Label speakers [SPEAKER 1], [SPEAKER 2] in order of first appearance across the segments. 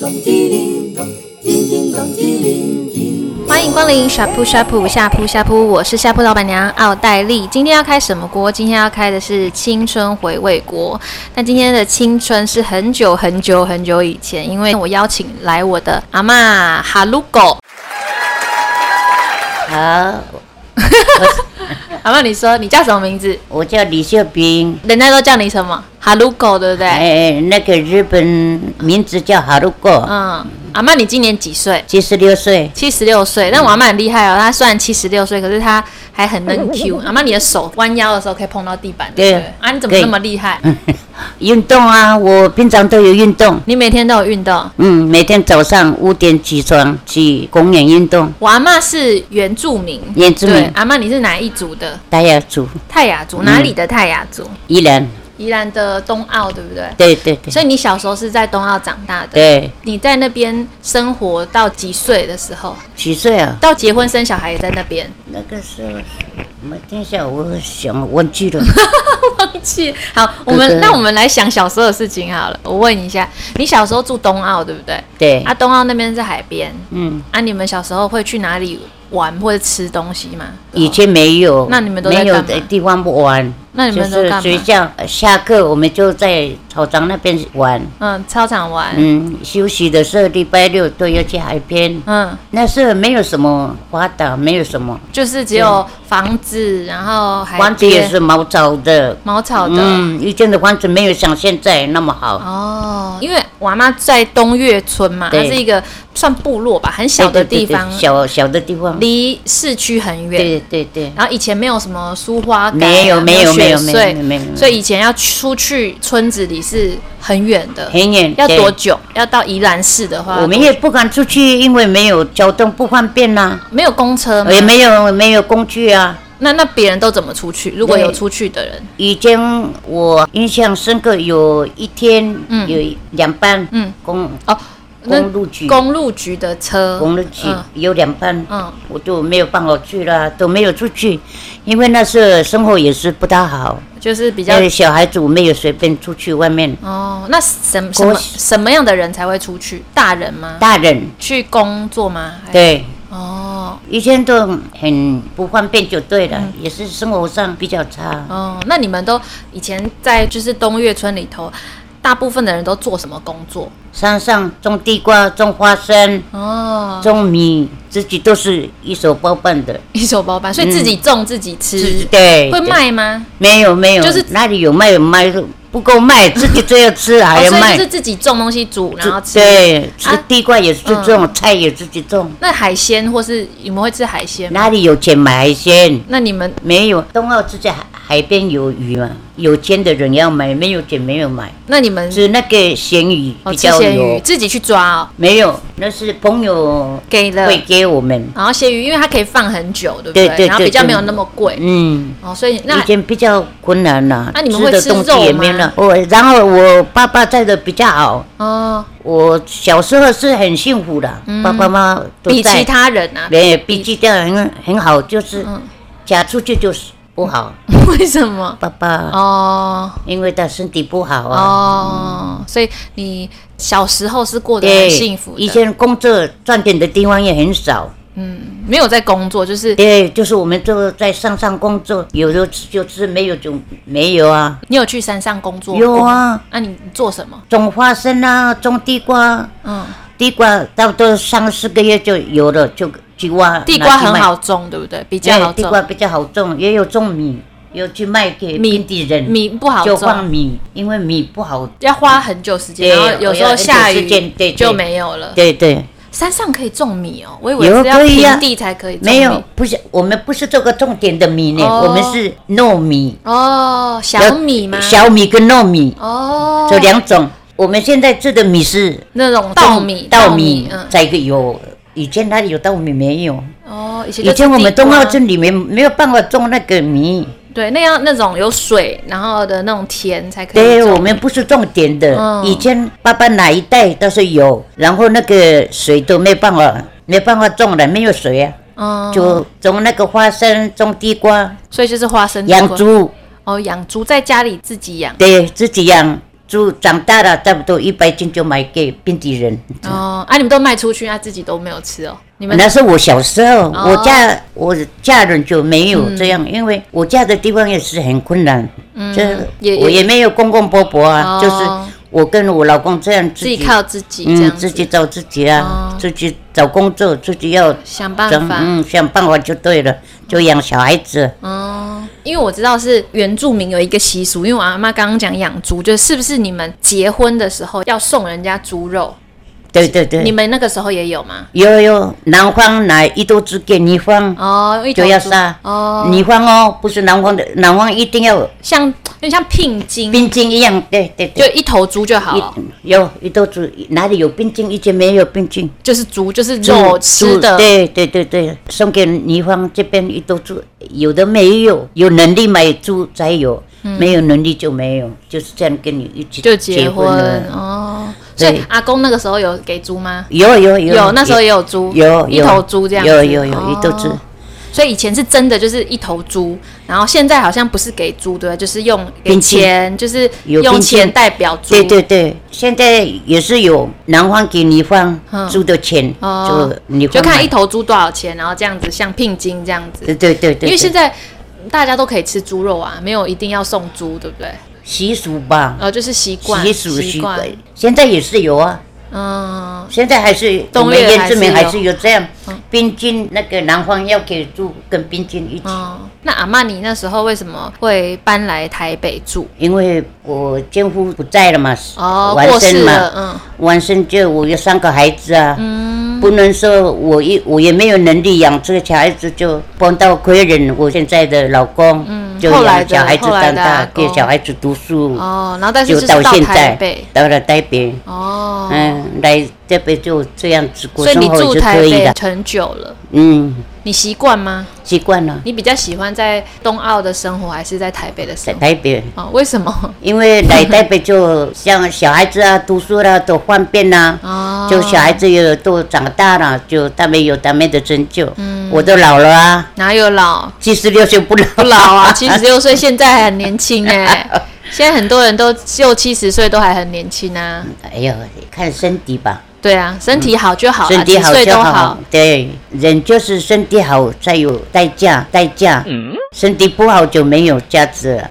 [SPEAKER 1] 咚叮铃咚，叮叮咚叮铃叮。
[SPEAKER 2] 欢迎光临呷哺呷哺下铺下铺，我是下铺老板娘奥黛丽。今天要开什么锅？今天要开的是青春回味锅。那今天的青春是很久很久很久以前，因为我邀请来我的阿嬷哈鲁狗。
[SPEAKER 3] 好，
[SPEAKER 2] 阿嬷，你说你叫什么名字？
[SPEAKER 3] 我叫李秀斌。
[SPEAKER 2] 人家都叫你什么？哈鲁狗，对不对？
[SPEAKER 3] 哎，那个日本名字叫哈鲁果，
[SPEAKER 2] 嗯，阿嬷，你今年几岁？
[SPEAKER 3] 七十六岁。
[SPEAKER 2] 七十六岁，但我阿妈很厉害哦，她虽然七十六岁，可是她还很能 Q。阿妈，你的手弯腰的时候可以碰到地板，对不对
[SPEAKER 3] 对？
[SPEAKER 2] 啊，你怎么
[SPEAKER 3] 对
[SPEAKER 2] 那么厉害？
[SPEAKER 3] 运动啊，我平常都有运动。
[SPEAKER 2] 你每天都有运动？
[SPEAKER 3] 嗯，每天早上五点起床去公园运动，
[SPEAKER 2] 我阿妈是原住民，
[SPEAKER 3] 原住民
[SPEAKER 2] 对，阿妈你是哪一族的？
[SPEAKER 3] 大家族
[SPEAKER 2] 泰雅族，哪里的泰雅族？
[SPEAKER 3] 依然，
[SPEAKER 2] 宜兰的东澳，对不对？
[SPEAKER 3] 对对对
[SPEAKER 2] 所以你小时候是在东澳长大的。
[SPEAKER 3] 对，
[SPEAKER 2] 你在那边生活到几岁的时候？
[SPEAKER 3] 几岁啊？
[SPEAKER 2] 到结婚生小孩也在那边？
[SPEAKER 3] 那个时候是，我等一下，我想忘 记了。
[SPEAKER 2] 忘记。好，我们
[SPEAKER 3] 对对
[SPEAKER 2] 那我们来想小时候的事情好了。我问一下，你小时候住东澳对不对？
[SPEAKER 3] 对，
[SPEAKER 2] 啊，东澳那边是海边，
[SPEAKER 3] 嗯，
[SPEAKER 2] 啊，你们小时候会去哪里玩或者吃东西吗？
[SPEAKER 3] 以前没有，
[SPEAKER 2] 哦那你们都在
[SPEAKER 3] 没有
[SPEAKER 2] 干嘛
[SPEAKER 3] 的地方玩。
[SPEAKER 2] 那你们都干嘛
[SPEAKER 3] 就是学校呃下课，我们就在草场那边玩。
[SPEAKER 2] 嗯，操场玩，
[SPEAKER 3] 嗯，休息的时候，礼拜六都要去海边。
[SPEAKER 2] 嗯，
[SPEAKER 3] 那时候没有什么发达，没有什么，
[SPEAKER 2] 就是只有房子，然后海
[SPEAKER 3] 房子也
[SPEAKER 2] 边
[SPEAKER 3] 是毛草的。
[SPEAKER 2] 茅草的。
[SPEAKER 3] 嗯，以前的房子没有像现在那么好。
[SPEAKER 2] 哦，因为我阿妈在东岳村嘛，它
[SPEAKER 3] 对
[SPEAKER 2] 是一个算部落吧，很小的
[SPEAKER 3] 对
[SPEAKER 2] 地
[SPEAKER 3] 对对
[SPEAKER 2] 方，
[SPEAKER 3] 小小的地方。
[SPEAKER 2] 离市区很远。
[SPEAKER 3] 对对对，
[SPEAKER 2] 然后以前没有什么书花改啊，
[SPEAKER 3] 没有没有
[SPEAKER 2] 雪
[SPEAKER 3] 没有没有
[SPEAKER 2] 隧
[SPEAKER 3] 没有没有没有
[SPEAKER 2] 所以以前要出去村子里是很远的，
[SPEAKER 3] 很远。
[SPEAKER 2] 要
[SPEAKER 3] 对
[SPEAKER 2] 多久？要到宜兰市的话，
[SPEAKER 3] 我们也不敢出去，因为没有交通不方便呐、
[SPEAKER 2] 没有公车吗
[SPEAKER 3] 哦也没有没有工具啊。
[SPEAKER 2] 那那别人都怎么出去？如果
[SPEAKER 3] 对
[SPEAKER 2] 有出去的人，
[SPEAKER 3] 以前我印象深刻，有一天、
[SPEAKER 2] 嗯
[SPEAKER 3] 有两班，
[SPEAKER 2] 嗯
[SPEAKER 3] 公
[SPEAKER 2] 哦，那
[SPEAKER 3] 公路局
[SPEAKER 2] 公路局的车，
[SPEAKER 3] 公路局
[SPEAKER 2] 嗯
[SPEAKER 3] 有两班，
[SPEAKER 2] 嗯
[SPEAKER 3] 我都没有办法去了，都没有出去，因为那时候生活也是不大好，
[SPEAKER 2] 就是比较
[SPEAKER 3] 那个小孩子没有随便出去外面，
[SPEAKER 2] 哦，那什么什
[SPEAKER 3] 国
[SPEAKER 2] 么什么样的人才会出去？大人吗？
[SPEAKER 3] 大人
[SPEAKER 2] 去工作吗？还，
[SPEAKER 3] 对。
[SPEAKER 2] 哦
[SPEAKER 3] 以前都很不方便，就对了，
[SPEAKER 2] 嗯
[SPEAKER 3] 也是生活上比较差。
[SPEAKER 2] 哦，那你们都以前在就是东岳村里头，大部分的人都做什么工作？
[SPEAKER 3] 山上种地瓜、种花生、
[SPEAKER 2] 哦，
[SPEAKER 3] 种米，自己都是一手包办的。
[SPEAKER 2] 一手包办，所以自己种自己吃，
[SPEAKER 3] 嗯自己对，
[SPEAKER 2] 会
[SPEAKER 3] 对
[SPEAKER 2] 卖吗？
[SPEAKER 3] 没有没有，
[SPEAKER 2] 就是
[SPEAKER 3] 哪里有卖有卖，不够卖，自己就要吃，还
[SPEAKER 2] 哦，
[SPEAKER 3] 要
[SPEAKER 2] 所以
[SPEAKER 3] 卖。
[SPEAKER 2] 就是自己种东西煮，然后吃。
[SPEAKER 3] 对，吃
[SPEAKER 2] 啊
[SPEAKER 3] 地瓜也是种，菜也自己种。
[SPEAKER 2] 那海鲜或是你们会吃海鲜吗？
[SPEAKER 3] 哪里有钱买海鲜？
[SPEAKER 2] 那你们
[SPEAKER 3] 没有，东澳是在海海边有鱼嘛，有钱的人要买，没有钱没有买，
[SPEAKER 2] 那你们
[SPEAKER 3] 是那个咸鱼
[SPEAKER 2] 哦
[SPEAKER 3] 比
[SPEAKER 2] 吃
[SPEAKER 3] 较
[SPEAKER 2] 咸
[SPEAKER 3] 有
[SPEAKER 2] 鱼，自己去抓哦，
[SPEAKER 3] 没有，那是朋友
[SPEAKER 2] 给了，
[SPEAKER 3] 会给我们。
[SPEAKER 2] 然后咸鱼因为它可以放很久，对不
[SPEAKER 3] 对对
[SPEAKER 2] 然后比
[SPEAKER 3] 对
[SPEAKER 2] 较
[SPEAKER 3] 对
[SPEAKER 2] 没有那么贵
[SPEAKER 3] 嗯，
[SPEAKER 2] 哦，所以那
[SPEAKER 3] 以前比较困难了、
[SPEAKER 2] 那你们会
[SPEAKER 3] 的
[SPEAKER 2] 吃
[SPEAKER 3] 东西
[SPEAKER 2] 肉
[SPEAKER 3] 也没
[SPEAKER 2] 吗
[SPEAKER 3] 了。我然后我爸爸在的比较好，
[SPEAKER 2] 哦，
[SPEAKER 3] 我小时候是很幸福的，爸爸妈妈都
[SPEAKER 2] 嗯比
[SPEAKER 3] 在
[SPEAKER 2] 其，他人啊，
[SPEAKER 3] 对，比其他人很好，就是
[SPEAKER 2] 嗯
[SPEAKER 3] 嫁出去就是不好。
[SPEAKER 2] 为什 么？
[SPEAKER 3] 爸爸
[SPEAKER 2] 哦
[SPEAKER 3] 因为他身体不好啊，
[SPEAKER 2] 哦，所以你小时候是过得
[SPEAKER 3] 对，
[SPEAKER 2] 很幸福
[SPEAKER 3] 以
[SPEAKER 2] 的，
[SPEAKER 3] 前工作赚钱的地方也很少，
[SPEAKER 2] 嗯，没有在工作，就是
[SPEAKER 3] 对，就是我们就在山上工作，有的吃就吃，没有就没有啊，
[SPEAKER 2] 你有去山上工作？
[SPEAKER 3] 有，啊，
[SPEAKER 2] 那你做什么？
[SPEAKER 3] 种花生啊，种地瓜，
[SPEAKER 2] 嗯，
[SPEAKER 3] 地瓜差不多三四个月就有了，就去挖。
[SPEAKER 2] 地
[SPEAKER 3] 拿
[SPEAKER 2] 瓜
[SPEAKER 3] 去
[SPEAKER 2] 很
[SPEAKER 3] 卖
[SPEAKER 2] 好种，对不对？比
[SPEAKER 3] 对，
[SPEAKER 2] 较好
[SPEAKER 3] 地
[SPEAKER 2] 种，
[SPEAKER 3] 瓜比较好种，也有种米，有去卖给
[SPEAKER 2] 米
[SPEAKER 3] 平地人，
[SPEAKER 2] 米不好
[SPEAKER 3] 就
[SPEAKER 2] 种
[SPEAKER 3] 放。米，因为米不好。
[SPEAKER 2] 要花很久时间，
[SPEAKER 3] 对
[SPEAKER 2] 然后有时候下
[SPEAKER 3] 有时间对
[SPEAKER 2] 雨
[SPEAKER 3] 对
[SPEAKER 2] 就没有了。
[SPEAKER 3] 对对，
[SPEAKER 2] 山上可以种米哦，我以为
[SPEAKER 3] 有
[SPEAKER 2] 是要
[SPEAKER 3] 可以呀
[SPEAKER 2] 平地才可以种米。
[SPEAKER 3] 没有，不是我们不是这个重点的米呢，
[SPEAKER 2] 哦
[SPEAKER 3] 我们是糯米，
[SPEAKER 2] 哦，小米吗？
[SPEAKER 3] 小米跟糯米
[SPEAKER 2] 哦，
[SPEAKER 3] 这两种。我们现在吃的米是
[SPEAKER 2] 那种稻米，
[SPEAKER 3] 稻米
[SPEAKER 2] 嗯，，
[SPEAKER 3] 再一个有。以前哪里有稻米没有？
[SPEAKER 2] 哦，以前就
[SPEAKER 3] 以
[SPEAKER 2] 是
[SPEAKER 3] 前我们
[SPEAKER 2] 地瓜
[SPEAKER 3] 东澳村里面没有办法种那个米，
[SPEAKER 2] 对那样那种有水，然后的那种田才可以
[SPEAKER 3] 对
[SPEAKER 2] 种。
[SPEAKER 3] 我们不是重点的，
[SPEAKER 2] 嗯
[SPEAKER 3] 以前爸爸哪一代都是有，然后那个水都没办法，没办法种了，没有水啊，
[SPEAKER 2] 嗯，
[SPEAKER 3] 就种那个花生，种地瓜，
[SPEAKER 2] 所以就是花生
[SPEAKER 3] 养
[SPEAKER 2] 地瓜
[SPEAKER 3] 猪，
[SPEAKER 2] 哦，养猪在家里自己养，
[SPEAKER 3] 对自己养，猪长大了差不多一百斤就买给边地人。
[SPEAKER 2] 哦，啊，你们都卖出去，啊，自己都没有吃哦。你们
[SPEAKER 3] 那是我小时候，
[SPEAKER 2] 哦嗯
[SPEAKER 3] 我家我家人就没有这样，因为我家的地方也是很困难，这
[SPEAKER 2] 也
[SPEAKER 3] 我也没有公公婆婆啊，
[SPEAKER 2] 哦
[SPEAKER 3] 就是我跟我老公这样
[SPEAKER 2] 自己靠自己这样
[SPEAKER 3] 嗯，
[SPEAKER 2] 子，
[SPEAKER 3] 自己找自己
[SPEAKER 2] 哦
[SPEAKER 3] 啊，自己找工作，自己要
[SPEAKER 2] 想办
[SPEAKER 3] 怎
[SPEAKER 2] 法。
[SPEAKER 3] 嗯想办法就对了，就养小孩子。
[SPEAKER 2] 哦，因为我知道是原住民有一个习俗，因为我阿妈刚刚讲养猪，就是是不是你们结婚的时候要送人家猪肉？
[SPEAKER 3] 对对对，
[SPEAKER 2] 你们那个时候也有吗？
[SPEAKER 3] 有有，男方拿一头猪给女方，
[SPEAKER 2] 哦，一头
[SPEAKER 3] 就要
[SPEAKER 2] 猪
[SPEAKER 3] 杀
[SPEAKER 2] 哦，嗯
[SPEAKER 3] 女方哦，不是男方的，男方一定要
[SPEAKER 2] 像有点像聘金，
[SPEAKER 3] 冰晶一样，对对
[SPEAKER 2] 就
[SPEAKER 3] 对。
[SPEAKER 2] 一头猪就好了，
[SPEAKER 3] 一有一头猪哪里有冰晶？以前没有冰晶，
[SPEAKER 2] 就是猪就是
[SPEAKER 3] 猪
[SPEAKER 2] 肉吃
[SPEAKER 3] 猪
[SPEAKER 2] 的，
[SPEAKER 3] 对对对对，送给女方这边一头猪，有的没有，有能力买猪才有，没有能力就没有，就是这样跟你一起
[SPEAKER 2] 嗯就结
[SPEAKER 3] 婚
[SPEAKER 2] 婚
[SPEAKER 3] 了。
[SPEAKER 2] 哦。所
[SPEAKER 3] 对
[SPEAKER 2] 以阿公那个时候有给猪吗？
[SPEAKER 3] 有有有
[SPEAKER 2] 有，那时候也有猪，
[SPEAKER 3] 有
[SPEAKER 2] 一头猪这样子，
[SPEAKER 3] 有有有
[SPEAKER 2] 哦
[SPEAKER 3] 一头猪。
[SPEAKER 2] 所以以前是真的就是一头猪，然后现在好像不是给猪对吧？就是用给
[SPEAKER 3] 冰淇
[SPEAKER 2] 钱，就是
[SPEAKER 3] 有
[SPEAKER 2] 用
[SPEAKER 3] 冰淇
[SPEAKER 2] 钱代表猪。
[SPEAKER 3] 对对对，现在也是有男方给女方
[SPEAKER 2] 嗯
[SPEAKER 3] 猪的钱，
[SPEAKER 2] 哦
[SPEAKER 3] 就女方
[SPEAKER 2] 就看
[SPEAKER 3] 买
[SPEAKER 2] 一头猪多少钱，然后这样子像聘金这样子。
[SPEAKER 3] 对对对对，
[SPEAKER 2] 因为现
[SPEAKER 3] 在
[SPEAKER 2] 在大家都可以吃猪肉啊，没有一定要送猪，对不对？
[SPEAKER 3] 习俗吧，
[SPEAKER 2] 呃，就是习惯
[SPEAKER 3] 习俗
[SPEAKER 2] 习
[SPEAKER 3] 习
[SPEAKER 2] 惯
[SPEAKER 3] 惯，，现在也是有啊，
[SPEAKER 2] 嗯，
[SPEAKER 3] 现在还是
[SPEAKER 2] 东
[SPEAKER 3] 我们
[SPEAKER 2] 岳
[SPEAKER 3] 原
[SPEAKER 2] 还
[SPEAKER 3] 住
[SPEAKER 2] 是
[SPEAKER 3] 民
[SPEAKER 2] 有嗯
[SPEAKER 3] 还是有这样，冰晶那个男方要给猪跟冰晶一起，
[SPEAKER 2] 哦，那阿妈，你那时候为什么会搬来台北住？
[SPEAKER 3] 因为我监护不在了嘛，
[SPEAKER 2] 哦，
[SPEAKER 3] 完
[SPEAKER 2] 过
[SPEAKER 3] 身
[SPEAKER 2] 世
[SPEAKER 3] 嘛
[SPEAKER 2] 了，，嗯，
[SPEAKER 3] 完身就我有三个孩子啊，不能说我一我也没有能力养这个小孩子，就帮到贵人我现在的老公，就
[SPEAKER 2] 后来
[SPEAKER 3] 养
[SPEAKER 2] 的
[SPEAKER 3] 小孩子
[SPEAKER 2] 嗯后来
[SPEAKER 3] 长
[SPEAKER 2] 的阿
[SPEAKER 3] 大，
[SPEAKER 2] 公
[SPEAKER 3] 给小孩子读书，
[SPEAKER 2] 哦，然后但是
[SPEAKER 3] 就
[SPEAKER 2] 就是
[SPEAKER 3] 到现
[SPEAKER 2] 台
[SPEAKER 3] 在
[SPEAKER 2] 北，
[SPEAKER 3] 到了台北，
[SPEAKER 2] 哦，
[SPEAKER 3] 嗯，来这边就这样子过
[SPEAKER 2] 所以
[SPEAKER 3] 生
[SPEAKER 2] 你
[SPEAKER 3] 活
[SPEAKER 2] 住
[SPEAKER 3] 就
[SPEAKER 2] 台
[SPEAKER 3] 可以
[SPEAKER 2] 北
[SPEAKER 3] 了，
[SPEAKER 2] 很久了，
[SPEAKER 3] 嗯，
[SPEAKER 2] 你习惯吗？
[SPEAKER 3] 习惯了，
[SPEAKER 2] 你比较喜欢在东澳的生活，还是在台北的
[SPEAKER 3] 在
[SPEAKER 2] 生活？
[SPEAKER 3] 台北。
[SPEAKER 2] 哦，为什 么？
[SPEAKER 3] 因为来台北就像小孩子啊，读书啦、都方便啦、
[SPEAKER 2] 哦，
[SPEAKER 3] 就小孩子也都长大了，就他们有他们的成就。
[SPEAKER 2] 嗯
[SPEAKER 3] 我都老了啊，
[SPEAKER 2] 哪有老
[SPEAKER 3] 七十六岁不老。
[SPEAKER 2] 不老 啊？七十六岁现在还很年轻哎、现在很多人都六七十岁都还很年轻啊。
[SPEAKER 3] 哎呦，看身体吧，
[SPEAKER 2] 对啊，身体好就好、啊，
[SPEAKER 3] 嗯身体
[SPEAKER 2] 几
[SPEAKER 3] 好
[SPEAKER 2] 岁
[SPEAKER 3] 就
[SPEAKER 2] 都
[SPEAKER 3] 好。对，人就是身体好才有代价，代价。
[SPEAKER 2] 嗯
[SPEAKER 3] 身体不好就没有价值了。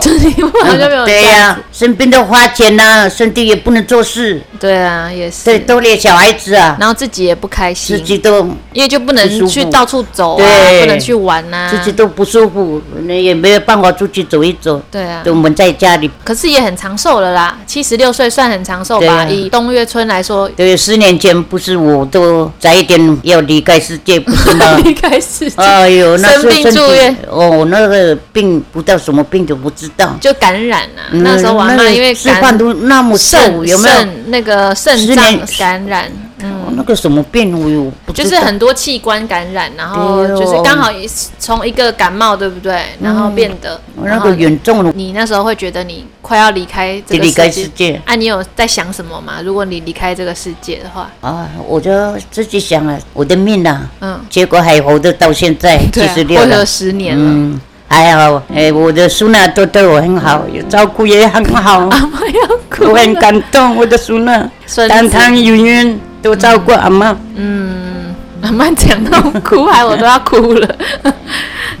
[SPEAKER 2] 身体不好 就没有。
[SPEAKER 3] 嗯对呀、生病都花钱呐、身体也不能做事，
[SPEAKER 2] 对啊，也是。
[SPEAKER 3] 对，都连小孩子啊，
[SPEAKER 2] 然后自己也不开
[SPEAKER 3] 自
[SPEAKER 2] 心，
[SPEAKER 3] 己都
[SPEAKER 2] 因为就不
[SPEAKER 3] 不
[SPEAKER 2] 能
[SPEAKER 3] 舒服
[SPEAKER 2] 去到处走啊，
[SPEAKER 3] 对
[SPEAKER 2] 不能去玩啊。
[SPEAKER 3] 自己都不舒服，那也没有办法出去走一走。
[SPEAKER 2] 对啊，
[SPEAKER 3] 我们在家里
[SPEAKER 2] 可是也很长寿了啦，七十六岁算很长寿
[SPEAKER 3] 对
[SPEAKER 2] 吧？
[SPEAKER 3] 啊
[SPEAKER 2] 以东岳村来说，
[SPEAKER 3] 对，十年前不是我都早一点要离开世界，不是 吗？
[SPEAKER 2] 离开世界、
[SPEAKER 3] 哎呦，那时候
[SPEAKER 2] 生病
[SPEAKER 3] 身体
[SPEAKER 2] 住院
[SPEAKER 3] 哦，那个病不知道什么病都不知道。
[SPEAKER 2] 就感染了、那时候我妈
[SPEAKER 3] 嗯那
[SPEAKER 2] 因为
[SPEAKER 3] 吃饭
[SPEAKER 2] 感
[SPEAKER 3] 都那么瘦，
[SPEAKER 2] 肾
[SPEAKER 3] 有没有？
[SPEAKER 2] 肾那个肾
[SPEAKER 3] 十
[SPEAKER 2] 脏
[SPEAKER 3] 年
[SPEAKER 2] 感染，嗯，
[SPEAKER 3] 哦那个什么病我我不知
[SPEAKER 2] 就
[SPEAKER 3] 道。
[SPEAKER 2] 是很多器官感染，然后
[SPEAKER 3] 对哦
[SPEAKER 2] 就是刚好一从一个感冒，对不对？然后变得、然
[SPEAKER 3] 嗯那
[SPEAKER 2] 后
[SPEAKER 3] 个严重了，
[SPEAKER 2] 你那时候会觉得你快要离开这个
[SPEAKER 3] 离开
[SPEAKER 2] 世
[SPEAKER 3] 世界
[SPEAKER 2] 啊？你有在想什么吗？如果你离开这个世界的话，
[SPEAKER 3] 啊！我就自己想啊，我的命啊，
[SPEAKER 2] 嗯，
[SPEAKER 3] 结果还活得到现在
[SPEAKER 2] 对
[SPEAKER 3] 七
[SPEAKER 2] 啊
[SPEAKER 3] 十六
[SPEAKER 2] 过
[SPEAKER 3] 了
[SPEAKER 2] 了。十年了，
[SPEAKER 3] 嗯，还好，哎，我的孙娜都对我很好，也照顾也很好。
[SPEAKER 2] 阿妈要哭
[SPEAKER 3] 我
[SPEAKER 2] 了，
[SPEAKER 3] 很感动，我的孙啊呢，
[SPEAKER 2] 哦孙子嗯
[SPEAKER 3] 堂堂圆圆都照顾阿妈。
[SPEAKER 2] 慢慢讲到哭，还我都要哭了。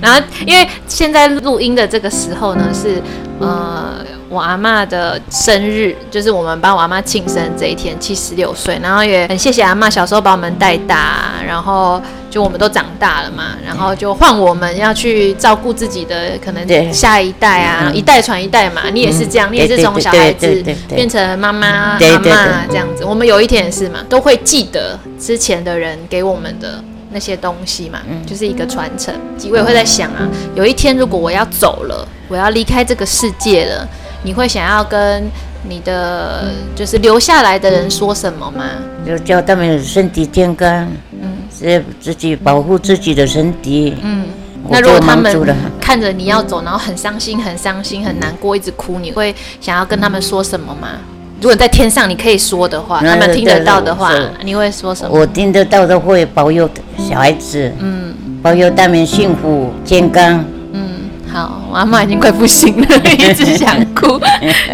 [SPEAKER 2] 然后，因为现在录音的这个时候呢，是
[SPEAKER 3] 嗯
[SPEAKER 2] 呃我阿嬷的生日，就是我们帮我阿嬷庆生这一天，七十六岁。然后也很谢谢阿嬷小时候把我们带大，然后就我们都长大了嘛，然后就换我们要去照顾自己的可
[SPEAKER 3] 对
[SPEAKER 2] 能下一代啊，一代传一代嘛。你也是这样，你也是
[SPEAKER 3] 对对
[SPEAKER 2] 从
[SPEAKER 3] 对
[SPEAKER 2] 小孩
[SPEAKER 3] 对
[SPEAKER 2] 子
[SPEAKER 3] 对对
[SPEAKER 2] 变成妈妈、
[SPEAKER 3] 嗯对
[SPEAKER 2] 阿
[SPEAKER 3] 对
[SPEAKER 2] 嬷
[SPEAKER 3] 对
[SPEAKER 2] 这样子，我们有一天也是嘛，都会记得之前的人给我们的那些东西嘛，
[SPEAKER 3] 嗯
[SPEAKER 2] 就是一个传承。我也会在想啊，有一天如果我要走了，我要离开这个世界了，你会想要跟你的就是留下来的人说什么吗？
[SPEAKER 3] 就叫他们身体健康，
[SPEAKER 2] 嗯
[SPEAKER 3] 自自己保护自己的身体。嗯，
[SPEAKER 2] 那如果他
[SPEAKER 3] 忙住了
[SPEAKER 2] 们，看着你要走，然后很伤心、很伤心、很难过，一直哭，你会想要跟他们说什么吗？如果在天上你可以说的话，
[SPEAKER 3] 那
[SPEAKER 2] 他们听得到的话
[SPEAKER 3] 对对，
[SPEAKER 2] 你会说什么？
[SPEAKER 3] 我听得到的会保佑小孩子，嗯，保佑他们幸福健康。
[SPEAKER 2] 好，我阿妈已经快不行了，一直想 哭。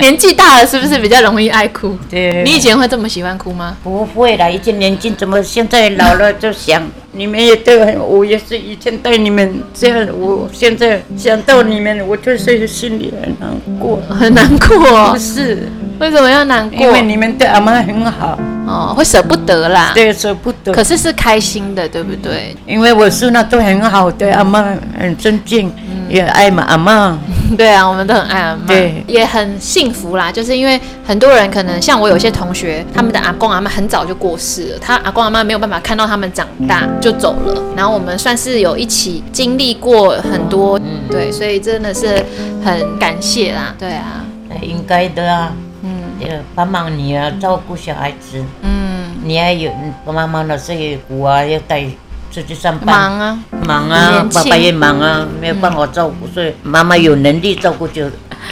[SPEAKER 2] 年纪大了是不是比较容易爱哭？
[SPEAKER 3] 对
[SPEAKER 2] 你以前会这么喜欢哭吗？
[SPEAKER 3] 不会啦，以前年轻，怎么现在老了就想你们也对我，我也是以前对你们这样，我现在想到你们，我就是心里 很难过。
[SPEAKER 2] 很难过
[SPEAKER 3] 不，是，
[SPEAKER 2] 为什么要难
[SPEAKER 3] 因
[SPEAKER 2] 过
[SPEAKER 3] 为？你们对阿妈很好，
[SPEAKER 2] 哦，会舍不得啦。
[SPEAKER 3] 对，舍不得。
[SPEAKER 2] 可是是开心的，对不对？
[SPEAKER 3] 因为我是那种很好，对阿妈很尊敬，也爱嘛阿妈。
[SPEAKER 2] 对啊，我们都很爱阿妈，
[SPEAKER 3] 对
[SPEAKER 2] 也很幸福啦。就是因为很多人可能像我有些同学，他们的阿公阿妈很早就过世了，他阿公阿妈没有办法看到他们长大就走了。然后我们算是有一起经历过很多，对，所以真的是很感谢啦。对啊，
[SPEAKER 3] 应该的啊，
[SPEAKER 2] 嗯
[SPEAKER 3] 呃，帮忙你啊，照顾小孩子，
[SPEAKER 2] 嗯，
[SPEAKER 3] 你还有妈妈老是也苦啊，要带出去上班。
[SPEAKER 2] 忙啊，
[SPEAKER 3] 忙啊
[SPEAKER 2] 年，轻
[SPEAKER 3] 爸爸也忙啊，没有办法照顾，所以妈妈有能力照顾就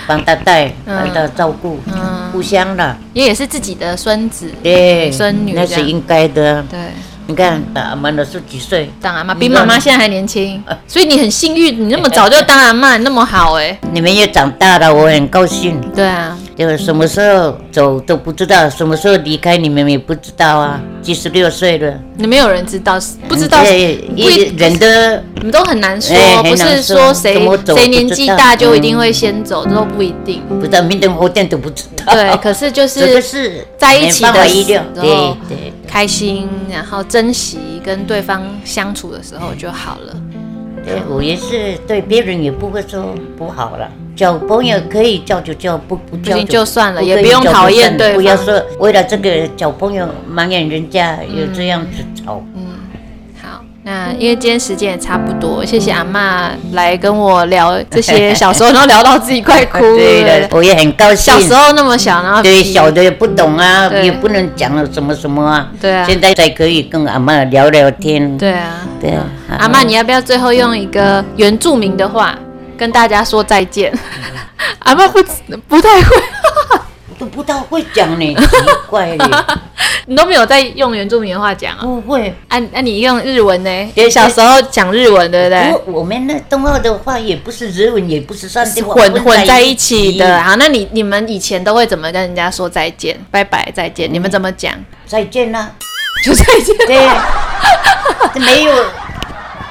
[SPEAKER 3] 帮他带，
[SPEAKER 2] 嗯
[SPEAKER 3] 帮他照顾，
[SPEAKER 2] 嗯
[SPEAKER 3] 互相的，
[SPEAKER 2] 也也是自己的孙子，
[SPEAKER 3] 对，
[SPEAKER 2] 孙女啊
[SPEAKER 3] 那
[SPEAKER 2] 这
[SPEAKER 3] 是
[SPEAKER 2] 样
[SPEAKER 3] 应该的。
[SPEAKER 2] 对。
[SPEAKER 3] 你看，啊我们老师几岁？
[SPEAKER 2] 当阿妈比妈妈现在还年轻，所以你很幸运，你那么早就当阿妈，你那么好哎、
[SPEAKER 3] 你们也长大了，我很高兴。
[SPEAKER 2] 对啊，
[SPEAKER 3] 就是什么时候走都不知道，什么时候离开你们也不知道啊。七十六岁了，
[SPEAKER 2] 你没有人知道，不知道，
[SPEAKER 3] 这
[SPEAKER 2] 不
[SPEAKER 3] 一
[SPEAKER 2] 一
[SPEAKER 3] 人的
[SPEAKER 2] 你们都很难说，
[SPEAKER 3] 哎
[SPEAKER 2] 不
[SPEAKER 3] 很难
[SPEAKER 2] 是说
[SPEAKER 3] 说
[SPEAKER 2] 谁
[SPEAKER 3] 怎么走
[SPEAKER 2] 谁
[SPEAKER 3] 不
[SPEAKER 2] 年
[SPEAKER 3] 知
[SPEAKER 2] 纪
[SPEAKER 3] 道嗯
[SPEAKER 2] 大就一定会先走，这都不一 定。
[SPEAKER 3] 不知道明天后天都不知道。
[SPEAKER 2] 对，可是就
[SPEAKER 3] 这个
[SPEAKER 2] 是
[SPEAKER 3] 是
[SPEAKER 2] 在一起
[SPEAKER 3] 没办法
[SPEAKER 2] 的
[SPEAKER 3] 预
[SPEAKER 2] 时
[SPEAKER 3] 料
[SPEAKER 2] 候，
[SPEAKER 3] 对对。
[SPEAKER 2] 开心，然后珍惜跟对方相处的时候就好了。嗯
[SPEAKER 3] 对我也是对别人也不会说不好了，交朋友可以交就交，不不交
[SPEAKER 2] 不行就算了
[SPEAKER 3] 不
[SPEAKER 2] 也
[SPEAKER 3] 可以
[SPEAKER 2] 不用
[SPEAKER 3] 交就
[SPEAKER 2] 讨厌
[SPEAKER 3] 算了
[SPEAKER 2] 对
[SPEAKER 3] 不要
[SPEAKER 2] 方
[SPEAKER 3] 说为了这个交朋友埋怨人家有这样子吵。
[SPEAKER 2] 嗯好，那因为今天时间也差不多，谢谢阿嬷来跟我聊这些小时候，然后聊到自己快哭
[SPEAKER 3] 对
[SPEAKER 2] 了
[SPEAKER 3] 的，。我也很高兴
[SPEAKER 2] 小。时候那么小，然后
[SPEAKER 3] 对
[SPEAKER 2] 比
[SPEAKER 3] 小的也不懂啊，
[SPEAKER 2] 对
[SPEAKER 3] 也不能讲了什么什么啊。
[SPEAKER 2] 对啊
[SPEAKER 3] 现在才可以跟阿妈聊聊天。
[SPEAKER 2] 对啊，
[SPEAKER 3] 对啊，
[SPEAKER 2] 阿妈，你要不要最后用一个原住民的话跟大家说再见？
[SPEAKER 3] 嗯
[SPEAKER 2] 阿妈不不太会，
[SPEAKER 3] 都不大会 讲呢，奇怪了，
[SPEAKER 2] 你都没有在用原住民的话讲啊？
[SPEAKER 3] 不会。
[SPEAKER 2] 啊，那、你用日文呢？
[SPEAKER 3] 对
[SPEAKER 2] 小时候讲日文，对不对？
[SPEAKER 3] 我我们那冬奥的话，也不是日文，也不是山地话，
[SPEAKER 2] 混混在一起的。。好，那你你们以前都会怎么跟人家说再见？拜拜，再见，你们怎么讲？
[SPEAKER 3] 再见啦、
[SPEAKER 2] 嗯就再见。
[SPEAKER 3] 对， 没有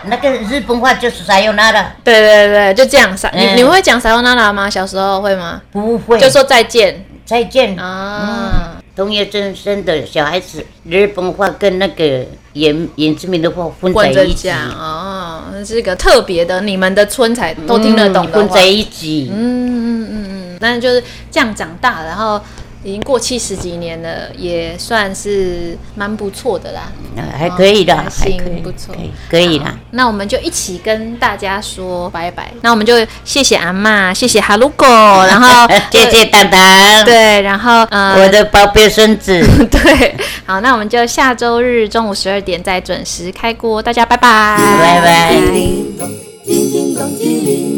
[SPEAKER 3] 那个日本话就是啥用那的，
[SPEAKER 2] 对对对，就这样。撒、你
[SPEAKER 3] 嗯
[SPEAKER 2] 你们会讲撒由那拉吗？小时候会吗？
[SPEAKER 3] 不会
[SPEAKER 2] 就说再见
[SPEAKER 3] 再见。
[SPEAKER 2] 啊。
[SPEAKER 3] 同学真生的小孩子，日本话跟那个原原住民的话混
[SPEAKER 2] 混
[SPEAKER 3] 在
[SPEAKER 2] 着
[SPEAKER 3] 一起，
[SPEAKER 2] 讲哦，那是个特别的，你们的村才都听得懂
[SPEAKER 3] 嗯
[SPEAKER 2] 的
[SPEAKER 3] 混
[SPEAKER 2] 话。
[SPEAKER 3] 在一起。
[SPEAKER 2] 嗯嗯嗯嗯，但是就是这样长大，然后已经过去十几年了，也算是蛮不错的啦。
[SPEAKER 3] 啊还可以的，
[SPEAKER 2] 哦还
[SPEAKER 3] 还可
[SPEAKER 2] 行
[SPEAKER 3] 以，
[SPEAKER 2] 不错
[SPEAKER 3] 可以可以啦。
[SPEAKER 2] 那我们就一起跟大家说拜拜。那我们就谢谢阿嬷，谢谢哈鲁狗，然 后
[SPEAKER 3] 谢谢蛋蛋，
[SPEAKER 2] 对，然后呃，
[SPEAKER 3] 我的宝贝孙子，
[SPEAKER 2] 对，好，那我们就下周日中午十二点再准时开锅，大家拜拜，
[SPEAKER 3] 拜拜。
[SPEAKER 1] 叮叮咚，叮叮咚，叮叮。